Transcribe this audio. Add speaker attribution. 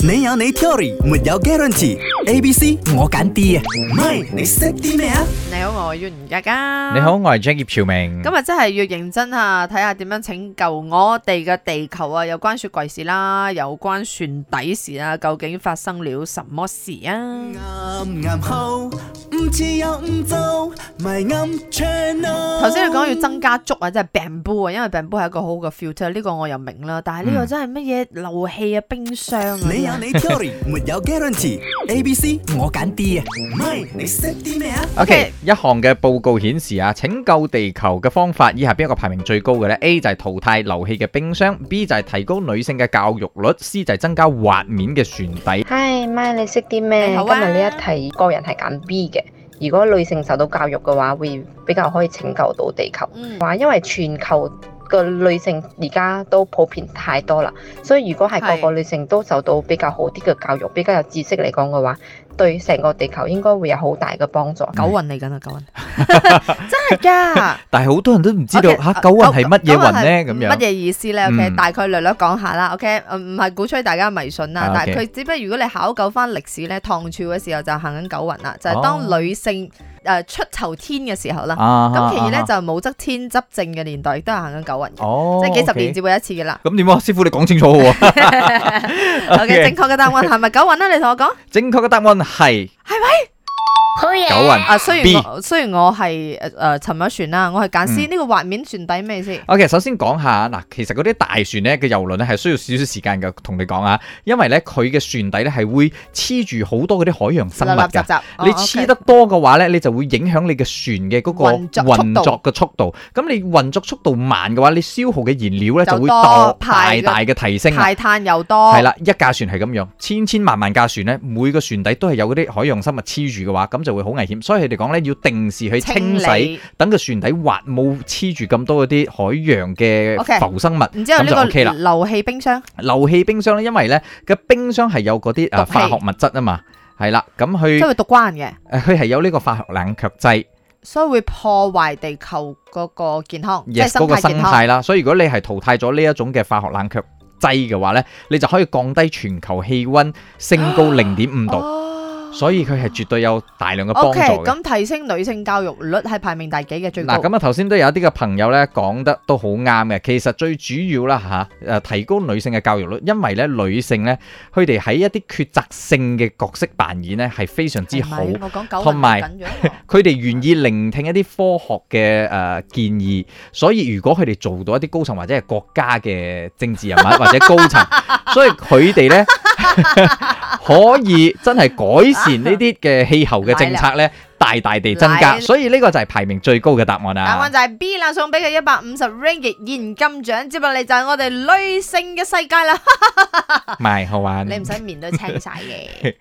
Speaker 1: 你有你 theory，沒有 guarantee。A、B、C 我揀 D 啊，唔係你識啲咩啊？
Speaker 2: 你好，我係袁家家。
Speaker 3: 你好，我係 Jack 葉朝明。
Speaker 2: 今日真係要認真啊，睇下點樣拯救我哋嘅地球啊！有關雪櫃事啦，有關船底事啊，究竟發生了什麼事啊？
Speaker 1: 啱啱好，唔似有唔做，咪啱 channel。
Speaker 2: 頭先你講要增加竹啊，即係 bamboo 啊，因為 bamboo 係一個好好嘅 filter，呢個我又明啦。但係呢個真係乜嘢漏氣啊、冰箱啊？
Speaker 1: 你有你 theory，沒有 guarantee。A、B、C 我揀 D 啊，唔係你識啲咩啊？
Speaker 3: OK，一項嘅報告顯示啊，拯救地球嘅方法以下邊一個排名最高嘅呢 A 就係淘汰漏氣嘅冰箱，B 就係提高女性嘅教育率，C 就係增加滑面嘅船底。
Speaker 4: 嗨咪你識啲咩？
Speaker 2: 你好啊
Speaker 4: 今日呢一題個人係揀 B 嘅。如果女性受到教育嘅話，會比較可以拯救到地球。
Speaker 2: 嗯，
Speaker 4: 話因為全球嘅女性而家都普遍太多啦，所以如果係
Speaker 2: 係
Speaker 4: 個個女性都受到比較好啲嘅教育，比較有知識嚟講嘅話，對成個地球應該會有好大嘅幫助。
Speaker 2: 九運嚟緊啊，九運 真係㗎。
Speaker 3: 但係好多人都唔知道
Speaker 2: OK，
Speaker 3: 吓
Speaker 2: 啊
Speaker 3: 九運係乜嘢運
Speaker 2: 九
Speaker 3: 呢？咁
Speaker 2: 係乜
Speaker 3: 樣
Speaker 2: 嘢意思咧？OK，
Speaker 3: 嗯
Speaker 2: 大概略略講下啦。OK，呃唔係鼓吹大家迷信啦
Speaker 3: 啊，
Speaker 2: 但係
Speaker 3: OK
Speaker 2: 佢只不過如果你考究翻歷史咧，唐朝嘅時候就行緊九運啦，就係
Speaker 3: 哦
Speaker 2: 當女性誒出頭天嘅時候啦。
Speaker 3: 啊
Speaker 2: 咁其二咧
Speaker 3: 啊
Speaker 2: 就係武則天執政嘅年代，亦都係行緊九運嘅，
Speaker 3: 哦，
Speaker 2: 即係幾十年
Speaker 3: OK
Speaker 2: 至會一次嘅 啦。
Speaker 3: 咁點啊？師傅你講清楚 喎，
Speaker 2: OK，正確嘅答案係咪九運咧？你同我 講。
Speaker 3: 正確嘅答案係
Speaker 5: 好嘢
Speaker 3: 九運。
Speaker 2: 啊，雖然
Speaker 3: B 嗯
Speaker 2: 我雖然我係誒誒沉咗船啦，我係揀 C 呢個畫面船底咩先？
Speaker 3: OK，首先講下嗱，其實嗰啲大船咧嘅遊輪咧係需要少少時間嘅，同你講啊，因為咧佢嘅船底咧係會黐住好多嗰啲海洋生物
Speaker 2: 垃
Speaker 3: 㗎
Speaker 2: 圾。雜，哦
Speaker 3: 你
Speaker 2: OK
Speaker 3: 黐得多嘅話咧，你就會影響你嘅船嘅嗰個
Speaker 2: 運作速度
Speaker 3: 運作嘅速度。咁你運作速度慢嘅話，你消耗嘅燃料咧
Speaker 2: 就
Speaker 3: 就會
Speaker 2: 多
Speaker 3: 大
Speaker 2: 排
Speaker 3: 大嘅提升啦。
Speaker 2: 排碳又多，
Speaker 3: 啊係啦，一架船係咁樣，千千萬萬架船咧，每個船底都係有嗰啲海洋生物黐住嘅話，咁就會好危險。所以佢哋講咧，要定時去清洗，
Speaker 2: 理。
Speaker 3: 等個船底滑冇黐住咁多嗰啲海洋嘅
Speaker 2: OK
Speaker 3: 浮生物。
Speaker 2: 然之後呢
Speaker 3: 咁就 OK
Speaker 2: 個
Speaker 3: 啦
Speaker 2: 漏氣冰箱，
Speaker 3: 漏氣冰箱咧，因為咧嘅冰箱係有嗰啲誒
Speaker 2: 毒氣
Speaker 3: 化學物質啊嘛，係啦，咁
Speaker 2: 即
Speaker 3: 佢
Speaker 2: 係會毒關嘅，
Speaker 3: 誒佢係有呢個化學冷卻劑。
Speaker 2: 所以會破壞地球嗰個健康，即係
Speaker 3: yes 嗰
Speaker 2: 生
Speaker 3: 個
Speaker 2: 態
Speaker 3: 生
Speaker 2: 健康。
Speaker 3: 態啦。所以如果你係淘汰咗呢一種嘅化學冷卻劑嘅話呢，你就可以降低全球氣温升高零點五度。
Speaker 2: 哦
Speaker 3: 所以佢係絕對有大量嘅幫
Speaker 2: O
Speaker 3: 助
Speaker 2: K，
Speaker 3: 嘅。
Speaker 2: 咁提升女性教育率係排名第幾嘅最高
Speaker 3: 嗱，？咁啊頭先都有啲嘅朋友呢講得都好啱嘅。其實最主要啦嚇，誒、提高女性嘅教育率，因為呢女性呢，佢哋喺一啲抉擇性嘅角色扮演呢係非常之
Speaker 2: 係咪
Speaker 3: 好。
Speaker 2: 我講九啊
Speaker 3: 同埋啊
Speaker 2: 緊張 喎
Speaker 3: 佢哋願意聆聽一啲科學嘅誒、呃建議，所以如果佢哋做到一啲高層或者係國家嘅政治人 物或者高層，所以佢哋呢 可以真係改善呢啲嘅氣候嘅政策 呢，大大地增
Speaker 2: 嚟
Speaker 3: 加，所以呢個就係排名最高嘅答案
Speaker 2: 答案
Speaker 3: 啦。
Speaker 2: 就係 B 啦，送俾佢一百五十 ringgit 現金獎，接落嚟就係我哋女性嘅世界啦。
Speaker 3: 唔係好 玩。
Speaker 2: 你唔使面都青晒嘅。